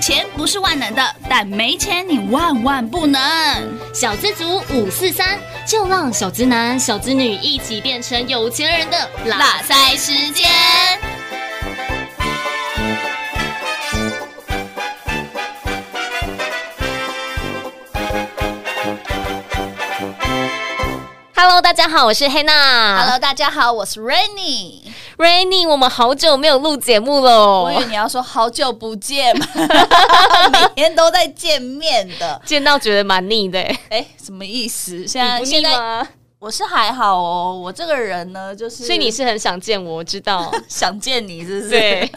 钱不是万能的，但没钱你万万不能。小资族五四三，就让小资男、小资女一起变成有钱人的拉塞时间。 Hello，大家好，我是黑娜。 Hello，大家好，我是 Rainy。 Rainy，我们好久没有录节目喽我以，为你要说好久不见 嘛，每天都在见面的。见到觉得蛮腻的、欸，呃哎，什么意思？现在你不腻现在吗？我是还好哦，我这个人呢，就是所以你是很想见我，我知道。想见你是不是？ 对，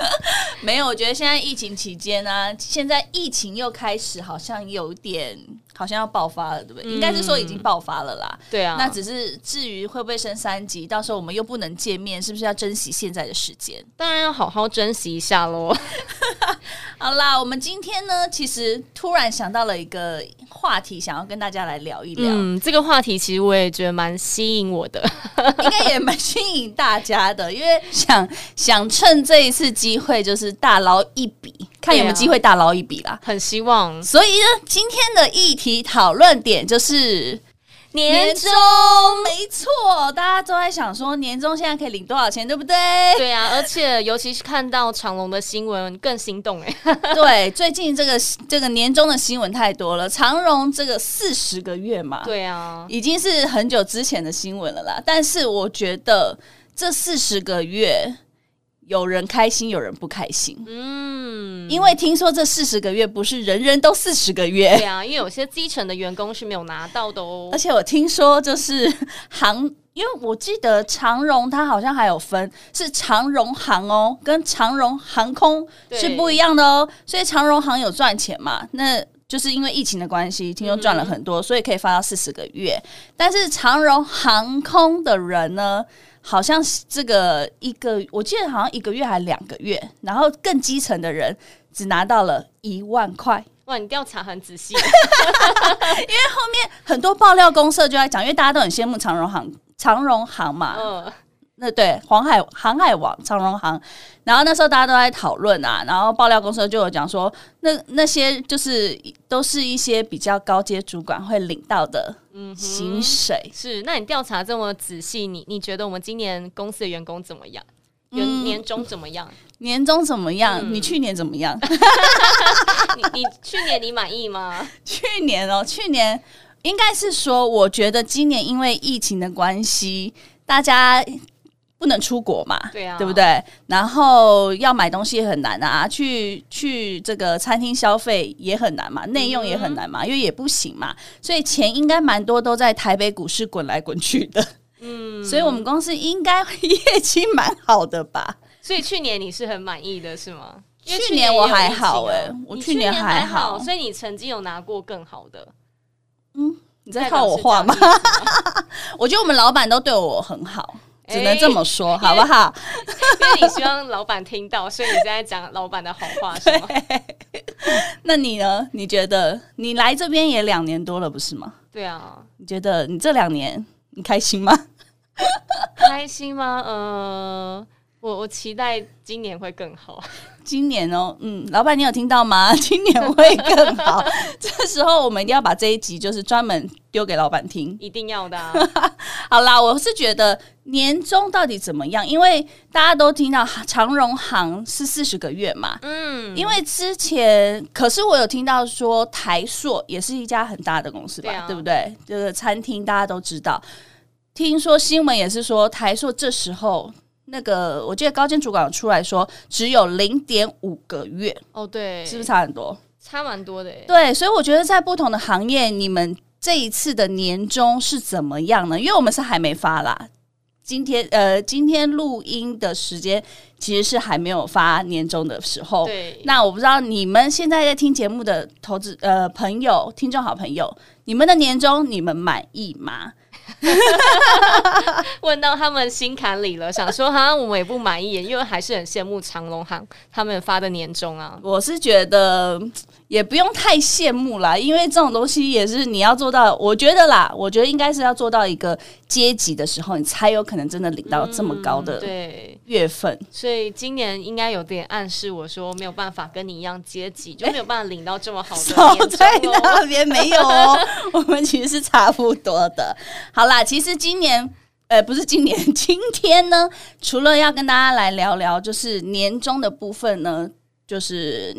没有，我觉得现在疫情期间呢、啊现在疫情又开始，好像有点好像要爆发了，对不对？应该是说已经爆发了啦。 对啊，那只是至于会不会升三级，到时候我们又不能见面，是不是要珍惜现在的时间？当然要好好珍惜一下喽。好啦，我们今天呢，其实突然想到了一个话题，想要跟大家来聊一聊，嗯，这个话题其实我也觉得蛮吸引我的。 应该也蛮吸引大家的，因为想想趁这一次机会，就是大捞一笔，看有没有机会大捞一笔啦。很希望所以呢，今天的议题讨论点就是年终，没错，大家都在想说年终现在可以领多少钱，对不对？对啊，而且尤其是看到长隆的新闻，更心动哎、 对，最近这个这个年终的新闻太多了，长荣这个四十个月嘛，，对啊，已经是很久之前的新闻了啦。但是我觉得这四十个月，有人开心，有人不开心， 嗯，因为听说这四十个月不是人人都四十个月，对啊，因为有些基层的员工是没有拿到的哦哎而。且我听说就是 航，因为我记得长荣它好像还有分是长荣航哦，跟长荣航空对是不一样的哦。所以长荣航有赚钱嘛？那就是因为疫情的关系，听说赚了很多，嗯所以可以发到四十个月。但是长荣航空的人呢？好像是这个一个，我记得好像一个月还两个月，然后更基层的人只拿到了一万块，哇，你调查很仔细，很多爆料公社就在讲，因为大家都很羡慕长荣航、长荣航 嘛，嗯，那对黄海航海王、长荣航。然后那时候大家都在讨论啊，然后爆料公社就有讲说，那那些就是都是一些比较高阶主管会领到的嗯薪水。是。那你调查这么仔细，你你觉得我们今年公司的员工怎么样？嗯员、年终怎 么样？年终怎么样？嗯你去年怎么样？你你去年你满意吗？去年哦，去年应该是说，我觉得今年因为疫情的关系，大家不能出国嘛，对啊对不对？然后要买东西也很难啊，去去这个餐厅消费也很难嘛，内用也很难嘛，嗯因为也不行嘛，所以钱应该蛮多都在台北股市滚来滚去的。嗯，所以我们公司应该业绩蛮好的吧？所以去年你是很满意的，是吗？因为去年我还好哎、欸我你去去年还还好所以你曾经有拿过更好的。你代在表靠我是话吗这？样意思吗？我觉得我们老板都对我很好，只能哎这么说，好不好？ 因为你希望老板听到，所以你现在讲老板的好话是 吗？那你呢？你觉得你来这边也两年多了，不是吗？对啊，你觉得你这两年你开心吗？ 开心吗？呃，我我期待今年会更好。今年哦，嗯，老板，你有听到吗？ 今年会更好。这时候我们一定要把这一集就是专门丢给老板听。 一定要的、啊。好啦，我是觉得年终到底怎么样？因为大家都听到长荣行是四十个月嘛，嗯，因为之前，可是我有听到说台塑也是一家很大的公司吧，对啊不对？这个餐厅大家都知道，听说新闻也是说台塑这时候那个，我记得高阶主管有出来说只有零点五个月，哦，对，是不是差很多？差蛮多的耶？对，所以我觉得在不同的行业，你们这一次的年终是怎么样呢？因为我们是还没发啦。今天呃，今天录音的时间其实是还没有发年终的时候，对，那我不知道你们现在在听节目的投资呃朋友、听众好朋友，你们的年终你们满意吗？问到他们心坎里了，想说哈，我们也不满意，因为还是很羡慕长隆行他们发的年终啊。我是觉得嗯也不用太羡慕啦，因为这种东西也是你要做到，我觉得啦，我觉得应该是要做到一个阶级的时候，你才有可能真的领到这么高嗯的对，月份。所以今年应该有点暗示我说没有办法跟你一样阶级，就没有办法领到这么好哎 的少年在终哦。那边没有 哦，我们其实是差不多的。好啦，其实今年。呃，不是今年，今天呢， 除了要跟大家来聊聊，就是年终的部分呢，就是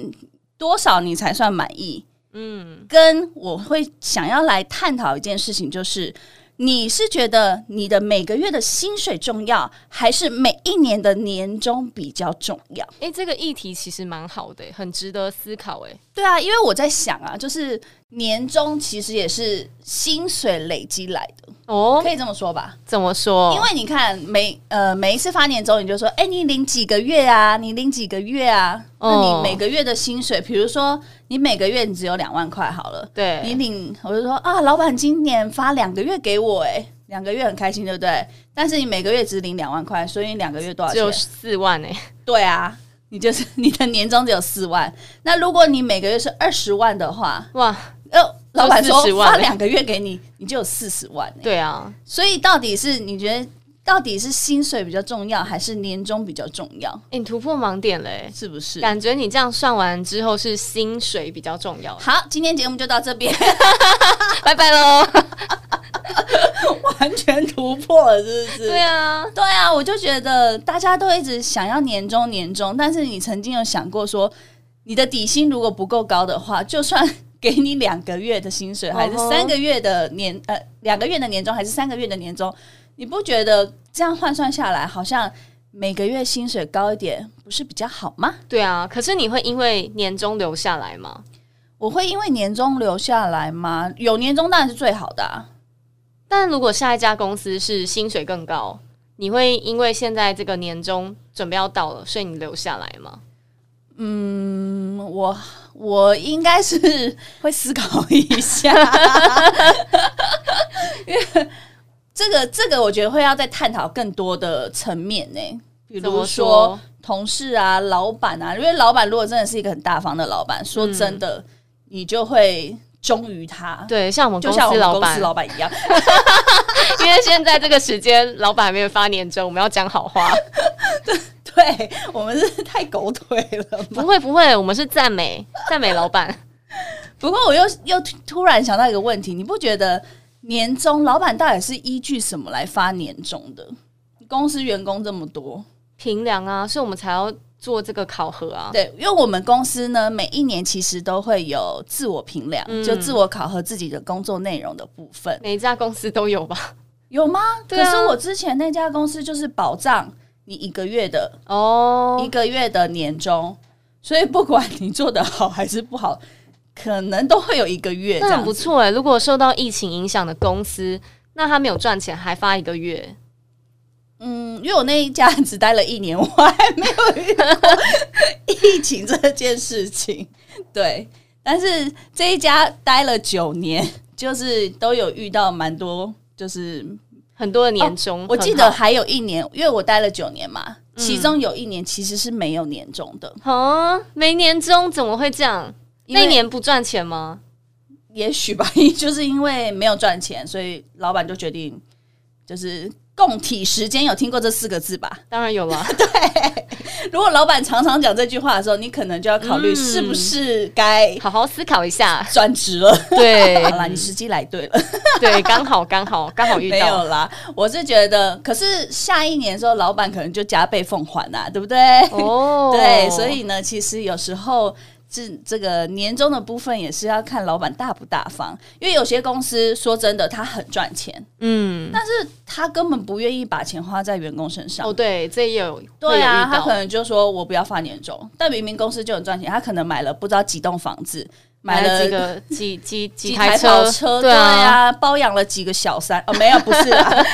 多少你才算满意？嗯，跟我会想要来探讨一件事情，就是你是觉得你的每个月的薪水重要，还是每一年的年终比较重要？哎、这个议题其实蛮好的、很值得思考、哎，对啊，因为我在想啊，就是年终其实也是薪水累积来的，哦，可以这么说吧？怎么说？因为你看每呃每一次发年终，你就说，哎、你领几个月啊？你领几个月啊？那哦你每个月的薪水，比如说你每个月你只有两万块好了，对你领，我就说啊，老板今年发两个月给我、哎，两个月很开心，对不对？但是你每个月只领两万块，所以你两个月多少只钱有？四万哎、对啊，你就是你的年终只有四万。那如果你每个月是二十万的话，哇，呃，老板说40万发嘞两个月给你，你就有四十万、欸。对啊，所以到底是你觉得到底是薪水比较重要，还是年终比较重要？哎、你突破盲点嘞、是不是？，感觉你这样算完之后是薪水比较重要好，今天节目就到这边， 拜拜喽。完全突破了，是不 是？对啊，对啊，我就觉得大家都一直想要年终年终，但是你曾经有想过说，你的底薪如果不够高的话，就算给你两个月的薪水，还是嗯哼三个月的年呃两个月的年终，还是三个月的年终，你不觉得这样换算下来，好像每个月薪水高一点，不是比较好吗？对啊。可是你会因为年终留下来吗？我会因为年终留下来吗？有年终当然是最好的、啊。但如果下一家公司是薪水更高，你会因为现在这个年终准备要到了，所以你留下来吗？嗯，我我应该是 会思考一下，因为这个这个我觉得会要再探讨更多的层面呢、比怎如么说，同事啊、老板啊，因为老板如果真的是一个很大方的老板，说真的，你就会忠于他。嗯对，像我们就公像我司们老公司板，老板一样， 因为现在这个时间老板还没有发年终，我们要讲好 话。对我们是太狗腿了吧？不会不会，我们是赞美赞美老板。 不过我又又突突然想到一个问题，你不觉得年终老板到底是依据什么来发年终的？公司员工这么多，平凉啊，所以我们才要做这个考核啊。对，因为我们公司呢，每一年其实都会有自我评量，嗯就自我考核自己的工作内容的部分，每一家公司都有吧？有吗？对啊可是我之前那家公司就是保障你一个月的、 哦一个月的年终，所以不管你做的好还是不好，可能都会有一个月这那很样不子。错哎、如果受到疫情影响的公司，那他没有赚钱还发一个月，嗯，因为我那一家只待了一年，我还没有遇过疫情这件事情。对，但是这一家待了九年，就是都有遇到蛮多，就是很多的年终、哦我记得还有一年，因为我待了九年嘛，嗯其中有一年其实是没有年终的，啊，没年终怎么会这样？因那为一年不赚钱吗？也许吧，就是因为没有赚钱，所以老板就决定就是供体时间，有听过这四个字吧？当然 有了，如果老板常常讲这句话的时候，你可能就要考虑嗯是不是该。好好思考一下 转职了。对好哎啦，你时机来对了，对，刚好刚好刚好 遇没有到。啦。我是觉得，可是下一年的时候，老板可能就加倍奉还啦、对不对？哦 对，所以呢，其实有时候。这这个年终的部分也是要看老板大不大方，因为有些公司说真的，他很赚钱，嗯，但是他根本不愿意把钱花在员工身上。哦对，这也有对啊，他会有遇可到能就说我不要发年终，但明明公司就很赚钱，他可能买了不知道几栋房子，买了了几个 几几几几台跑车，对啊，啊，包养了几个小三，哦，没有，不是啦，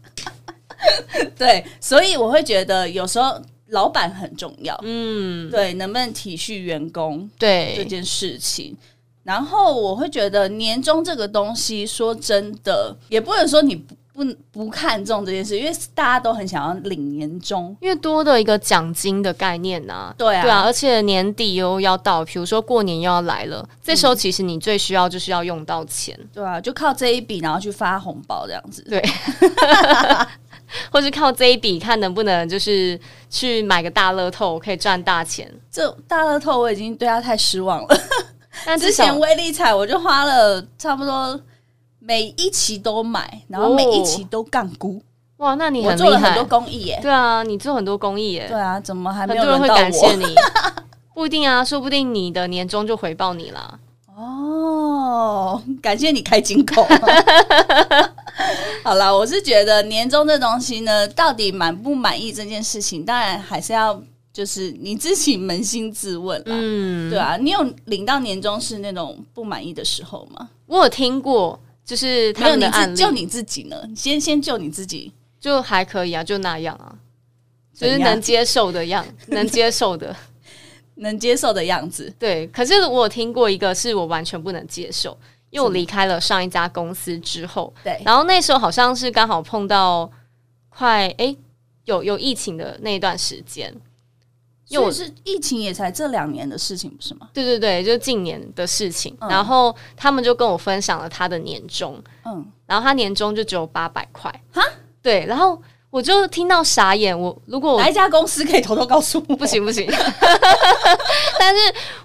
对，所以我会觉得有时候老板很重要，嗯，对，能不能体恤员工这对，件事情。然后我会觉得年终这个东西，说真的，也不能说你不不不看重这件事，因为大家都很想要领年终。因为多的一个奖金的概念呐、对啊对啊，而且年底又要到，比如说过年又要来了，这嗯时候其实你最需要就是要用到钱，对啊，就靠这一笔，然后去发红包这样子。对或是靠这一笔看能不能就是去买个大乐透，可以赚大钱。这大乐透我已经对他太失望了。但之至少前威力彩我就花了差不多每一期都买，然后每一期都杠估，哇，那哦你我很做厉了很害多，公益耶。对啊，你做很多公益耶对，啊，怎么还没很有多人轮会到感谢我？ 你。不一定啊，说不定你的年终就回报你啦。哦， 感谢你开金口。 好啦，我是觉得年终这东西呢，到底满不满意这件事情，当然还是要就是你自己扪心自问啦。嗯，对啊，你有领到年终是那种不满意的时候吗？我有听过，就是没他有，们你的案自例，就你自己呢？你先先就你自己，就还可以啊，就那样啊，就怎是样能接受的样，能接受的。能接受的样子。对，可是我有听过一个是我完全不能接受，因为我离开了上一家公司之后，对，然后那时候好像是刚好碰到快诶有有疫情的那一段时间，因又为我是疫情也才这两年的事情，不是吗？对对对，就是近年的事情。嗯然后他们就跟我分享了他的年终，嗯，然后他年终就只有八百块哈，对，然后我就听到傻眼，我如果我哪一家公司可以偷偷告诉 我？不，行不行， 但是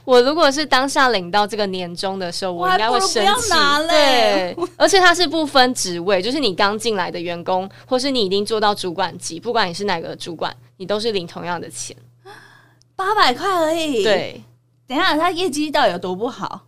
我如果是当下领到这个年终的时候，我哇应该会不如不生要气拿。嘞对，而且它是不分职位，就是你刚进来的员工，或是你已经做到主管级，不管你是哪个主管，你都是领同样的钱。八百块而已。，对，等一下他业绩到底有多不好？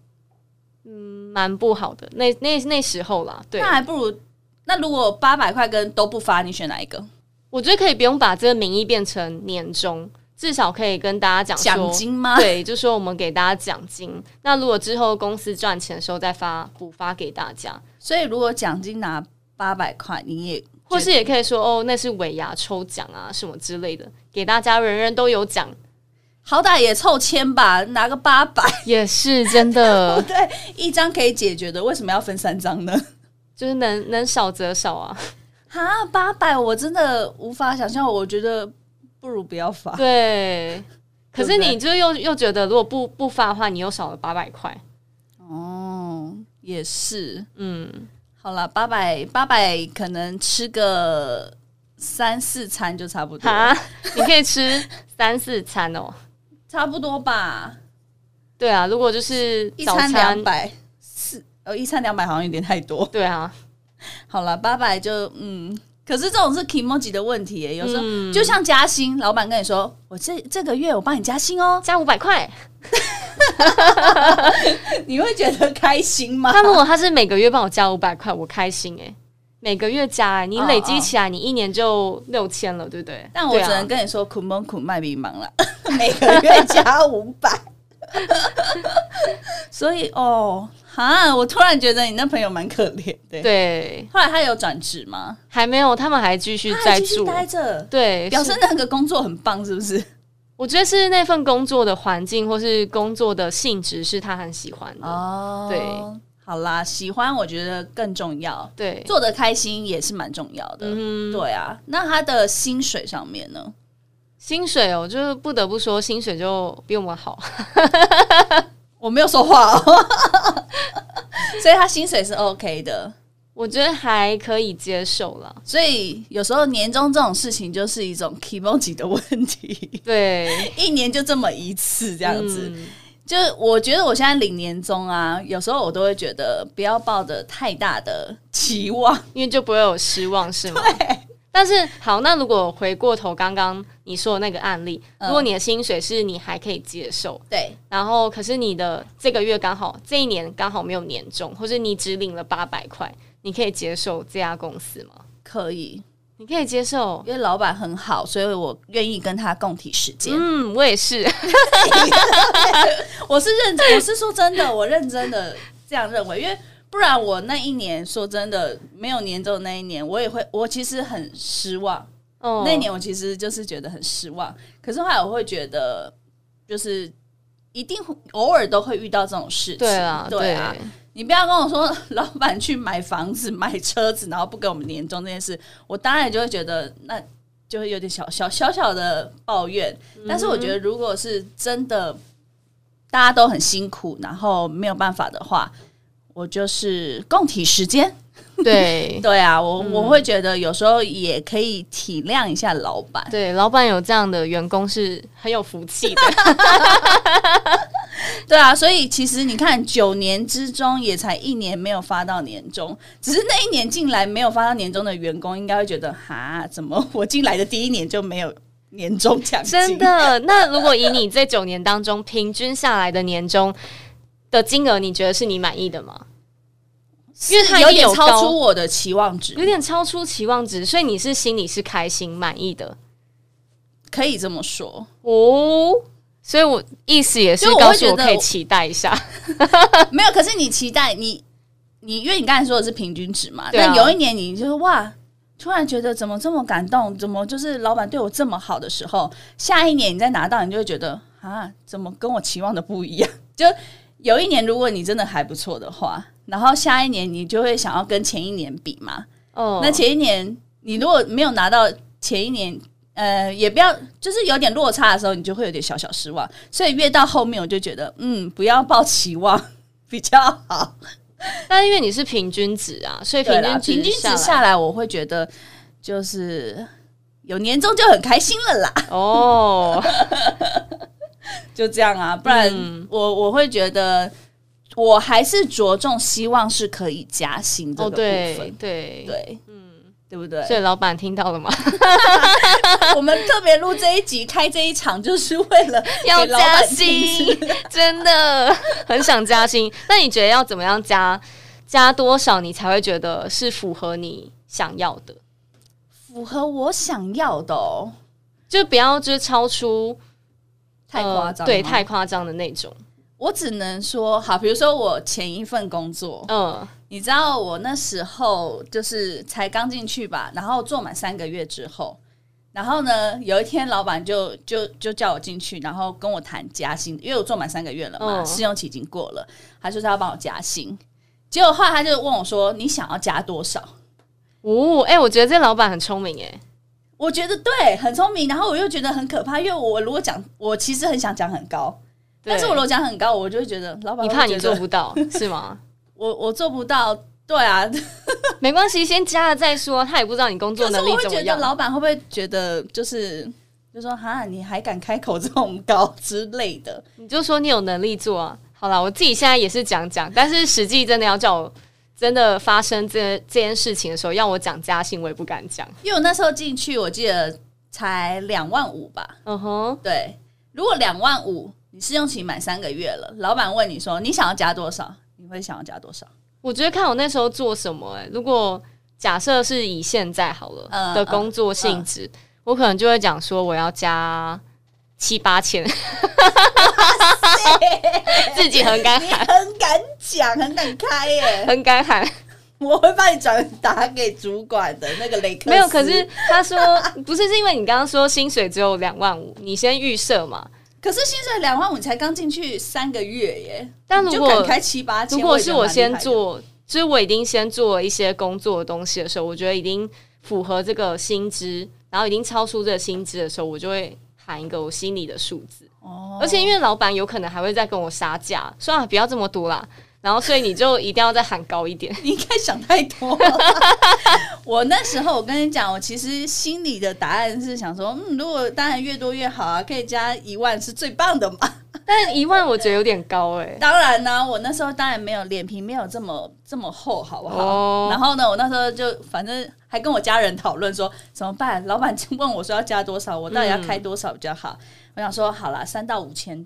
蛮不好的。那那那时候啦，对那，还不如那如果八百块跟都不发，你选哪一个？我觉得可以不用把这个名义变成年终，至少可以跟大家讲奖说。金吗？对，就说我们给大家奖金。那如果之后公司赚钱的时候再发补发给大家，所以如果奖金拿八百块，你也或是也可以说哦，那是尾牙抽奖啊什么之类的，给大家人人都有奖，好歹也凑千吧，拿个八百，也是真 的，对，一张可以解决的，为什么要分三张呢？就是能能少则少啊。 哈，八百我真的无法想象，我觉得不如不要发。对，可是啊对你就又又觉得，如果不不发的话，你又少了八百块。哦，也是，嗯，好了，八百八百可能吃个三四餐就差不多了，哈，你可以吃三四餐哦。差不多吧，对啊，如果就是一早餐餐两，百四，哦，一餐两百好像有点太多。对啊，好了，八百就嗯。可是这种是 k i m o j i 的问题耶，有时候、嗯就像加薪，老板跟你说，我这这个月我帮你加薪哦， 加五百块。你会觉得开心吗？那如果他是每个月帮我加五百块，我开心诶、每个月加、欸，你哦累积起来，你一年就六千了，对不对？但我对啊只能跟你说，苦闷苦卖迷茫 了，每个月加五百。所以哦，哈，我突然觉得你那朋友蛮可怜的。，对，后来他有转职吗？还没有，他们还继续他还在继续做。待着，对，表是示那个工作很棒，是不是？我觉得是那份工作的环境或是工作的性质是他很喜欢的。哦对，好啦，喜欢我觉得更重要，对，做的开心也是蛮重要的。嗯，对啊，那他的薪水上面呢？薪水哦，就是不得不说，薪水就比我们好。 我没有说话哦， 所以他薪水是 OK 的。我觉得还可以接受啦。所以有时候年终这种事情就是一种 k i m o j i 的问题， 对，一年就这么一次这这样子。就是我觉得我现在领年终啊，有时候我都会觉得不要抱着太大的期望。因为就不会有失望，是吗？但是好，那如果回过头刚刚你说的那个案例，嗯如果你的薪水是你还可以接受，对，然后可是你的这个月刚好这一年刚好没有年终，或是你只领了八百块，你可以接受这家公司吗？可以，你可以接受。因为老板很好，所以我愿意跟他共体时间。嗯，我也是。我是认真， 我是说真的，我认真的这样认为，因为不然我那一年说真的没有年终的那一年，我也会，我其实很失望。哦那一年我其实就是觉得很失望，可是后来我会觉得，就是一定会偶尔都会遇到这种事情。对啊，对啊，你不要跟我说老板去买房子、买车子，然后不给我们年终这件事，我当然就会觉得那就会有点小小小小的抱怨。嗯但是我觉得，如果是真的大家都很辛苦，然后没有办法的话，我就是共体时间。对对啊，我、我会觉得有时候也可以体谅一下老板。对，老板有这样的员工是很有福气的。对啊，所以其实你看，九年之中也才一年没有发到年终，只是那一年进来没有发到年终的员工，应该会觉得哈，怎么我进来的第一年就没有年终奖金？真，的？那如果以你这九年当中平均下来的年终的金额，你觉得是你满意的吗？因为它有一定点有超高出我的期望有值，点超出期望值，所以你是心里是开心满意的可以这么说。哦。所以我意思也是就我会告诉觉我得可以我期待一下， 没有，可是你期待你你，因为你刚才说的是平均值嘛，对啊但有一年你就是哇，突然觉得怎么这么感动，怎么就是老板对我这么好的时候，下一年你再拿到，你就会觉得啊，怎么跟我期望的不一样？ 就有一年如果你真的还不错的话，然后下一年你就会想要跟前一年比嘛。哦，那前一年你如果没有拿到前一年。呃，也不要，就是有点落差的时候，你就会有点小小失望。所以越到后面，我就觉得，嗯，不要抱期望 比较好。但因为你是平均值啊，所以平对啦均值平均值下 下来，我会觉得就是有年终就很开心了啦， 来哦，就这样啊。不然嗯我我会觉得，我还是着重希望是可以加薪这哦个部对分，对，对，嗯，对不对？所以老板听到了吗？ 我们特别录这一集，开这一场，就是为了给要老加板听薪，真的很想加薪。那你觉得要怎么样加？加多少你才会觉得是符合你想要的？符合我想要的哦，就不要就是超出太夸张、呃对，。太夸张的那种。我只能说，好，比如说我前一份工作，嗯，你知道我那时候就是才刚进去吧，然后做满三个月之后，然后呢，有一天老板就就就叫我进去，然后跟我谈加薪，因为我做满三个月了嘛，嗯试用期已经过了，他就是要帮我加薪。结果后来他就问我说：“你想要加多少哦，哎、我觉得这老板很聪明哎。？”我觉得对，很聪明，然后我又觉得很可怕，因为我如果讲，我其实很想讲很高，对但是我如果讲很高，我就会觉得老板你会怕觉你得做不到是吗？我我做不到，对啊， 没关系，先加了再说。他也不知道你工作可是能我力会怎么觉样得。老板会不会觉得就是就说哈，你还敢开口这么高之类的？你就说你有能力做啊。好啦，我自己现在也是讲讲，但是实际真的要叫我真的发生这这件事情的时候，要我讲加薪，我也不敢讲。因为我那时候进去，我记得才两万五吧。嗯哼，对，如果两万五，你试用期满三个月了，老板问你说你想要加多少，你会想要加多 少？我觉得看我那时候做什么、欸。如果假设是以现在好了、嗯的工作性质，我可能就会讲说我要加七八千， 自己很敢你喊，很敢讲，很敢开耶！很敢喊。 我会帮你转达给主管的那个雷克斯。 没有，可是他说 不是，是因为你刚刚说薪水只有两万五，你先预设嘛。可是薪水两万五，你才刚进去三个月耶。但你如就果敢开七八千，如果也觉是得我蛮厉先害的，做，就是我已经先做了一些工作的东西的时候，我觉得已经符合这个薪资，然后已经超出这个薪资的时候，我就会喊一个我心里的数字。哦而且因为老板有可能还会再跟我杀价，算了，不要这么多啦。然后所以你就一定要再喊高一点。 你应该想太多了。我那时候，我跟你讲，我其实心里的答案是想说，嗯，如果当然越多越好啊，可以加一万是最棒的嘛。但一万我觉得有点高哎、当然呢、我那时候当然没有脸皮没有这么这么厚，好不好？哦然后呢，我那时候就反正还跟我家人讨论说怎么办。老板就问我说要加多少，我到底要开多少比较好？我想说好啦，三到五千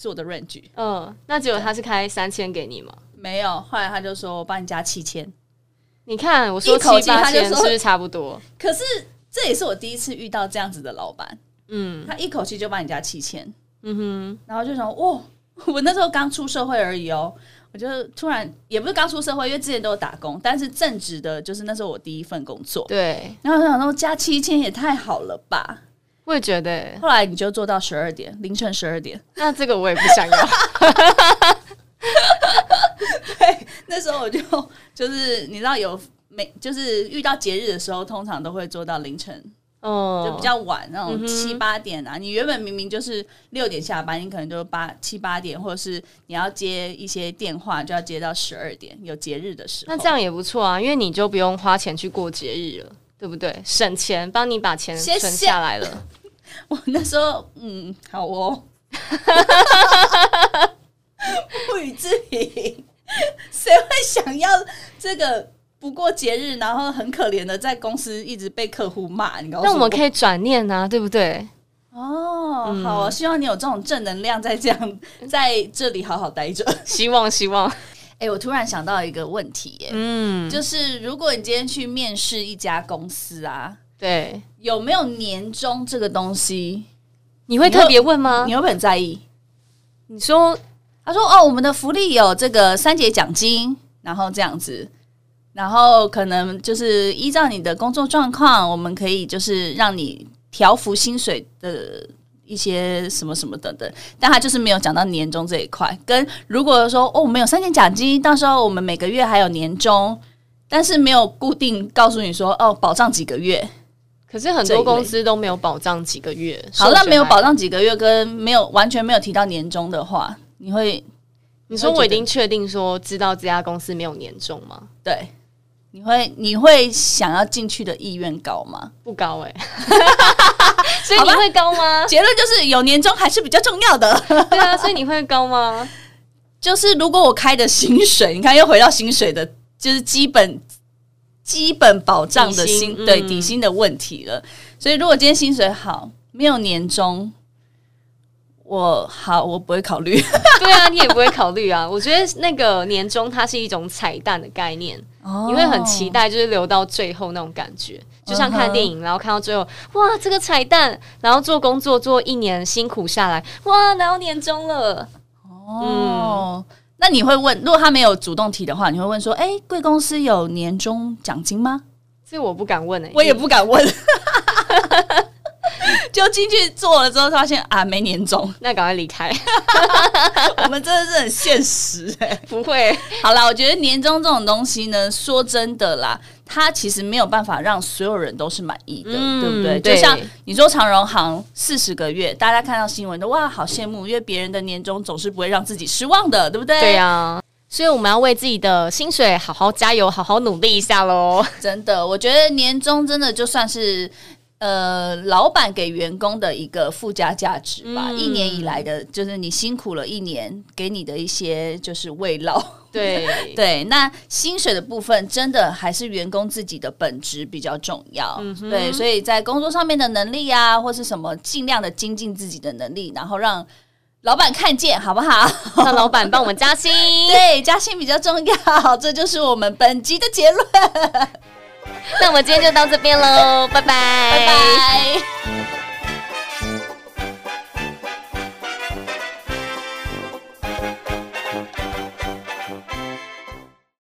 是我的 range，嗯，那结果他是开三千给你嘛？没有。后来他就说我帮你加七千，你看我说一七口气八他就千是说不是差不多？可是这也是我第一次遇到这样子的老板。嗯他一口气就帮你加七千，嗯哼，然后就想，哇、 我那时候刚出社会而已哦，我就突然也不是刚出社会，因为之前都有打工，但是正职的，就是那时候我第一份工作，对。然后我想说加七千也太好了吧，我也觉得、欸后来你就做到十二点，凌晨十二点。 那这个我也不想要。那时候我就就是你知道有每就是遇到节日的时候，通常都会做到凌晨，哦，就比较晚那种七八点啊。你原本明明就是六点下班，你可能就八七八点，或者是你要接一些电话，就要接到十二点。有节日的时候，那这样也不错啊，因为你就不用花钱去过节日了，对不对？省钱，帮你把钱谢谢存下来 了。 我那时候嗯，好 哦，不予置评。谁会想要这个不过节日，然后很可怜的在公司一直被客户骂？你告诉那我们我可以转念啊，对不对？哦，好嗯啊，希望你有这种正能量，在这样在这里好好待着。希望，希望，哎、我突然想到一个问题耶、嗯，就是如果你今天去面试一家公司啊，对。有没有年终这个东西，你会你会特别问吗你？会不会很在意？你说他说：“哦，我们的福利有这个三节奖金，然后这样子，然后可能就是依照你的工作状况，我们可以就是让你调幅薪水的一些什么什么等等。但他就是没有讲到年终这一块。跟如果说哦，我们有三节奖金，到时候我们每个月还有年终，但是没有固定告诉你说哦，保障几个月。可是很这一类多公司都没有保障几个月。好，受那损没有害保障几个月，跟没有完全没有提到年终的话，你会你说我会已觉得经确定说知道这家公司没有年终吗？对，你会你会想要进去的意愿高吗？不高 哎、 所以你会高吗？结论就是有年终还是比较重要的。 对啊，所以你会高吗？就是如果我开的薪水，你看又回到薪水的，就是基本基本保障的底薪薪嗯对底薪的问题了。所以如果今天薪水好，没有年终。我好，我不会考虑 对啊，你也不会考虑啊。我觉得那个年终它是一种彩蛋的概念，你会很期待，就是留到最后那种感觉，就像看电影，然后看到最后，哇，这个彩蛋，然后做工作做一年辛苦下来，哇，拿到年终了，哦。那你会问，如果他没有主动提的话，你会问说：“哎、贵公司有年终奖金吗？”这我不敢问哎、我也不敢 问。就进去做了之后，发现啊，没年终， 那赶快离开，我们真的是很现实哎、 不会，好啦，我觉得年终这种东西呢，说真的啦，它其实没有办法让所有人都是满意的，嗯对不对？对就像你说长荣行四十个月，大家看到新闻都哇，好羡慕，因为别人的年终总是不会让自己失望的，对不对？ 对、啊。所以我们要为自己的薪水好好加油，好好努力一下喽。真的，我觉得年终真的就算是呃，老板给员工的一个附加价值吧。嗯一年以来的，就是你辛苦了一年，给你的一些就是慰劳。 对，对，那薪水的部分真的还是员工自己的本职比较重要。嗯对，所以在工作上面的能力啊，或是什么，尽量的精进自己的能力，然后让老板看见，好不 好？让老板帮我们加 薪。对，加薪比较重要，这就是我们本集的结论。那我们今天就到这边喽，拜拜，拜拜。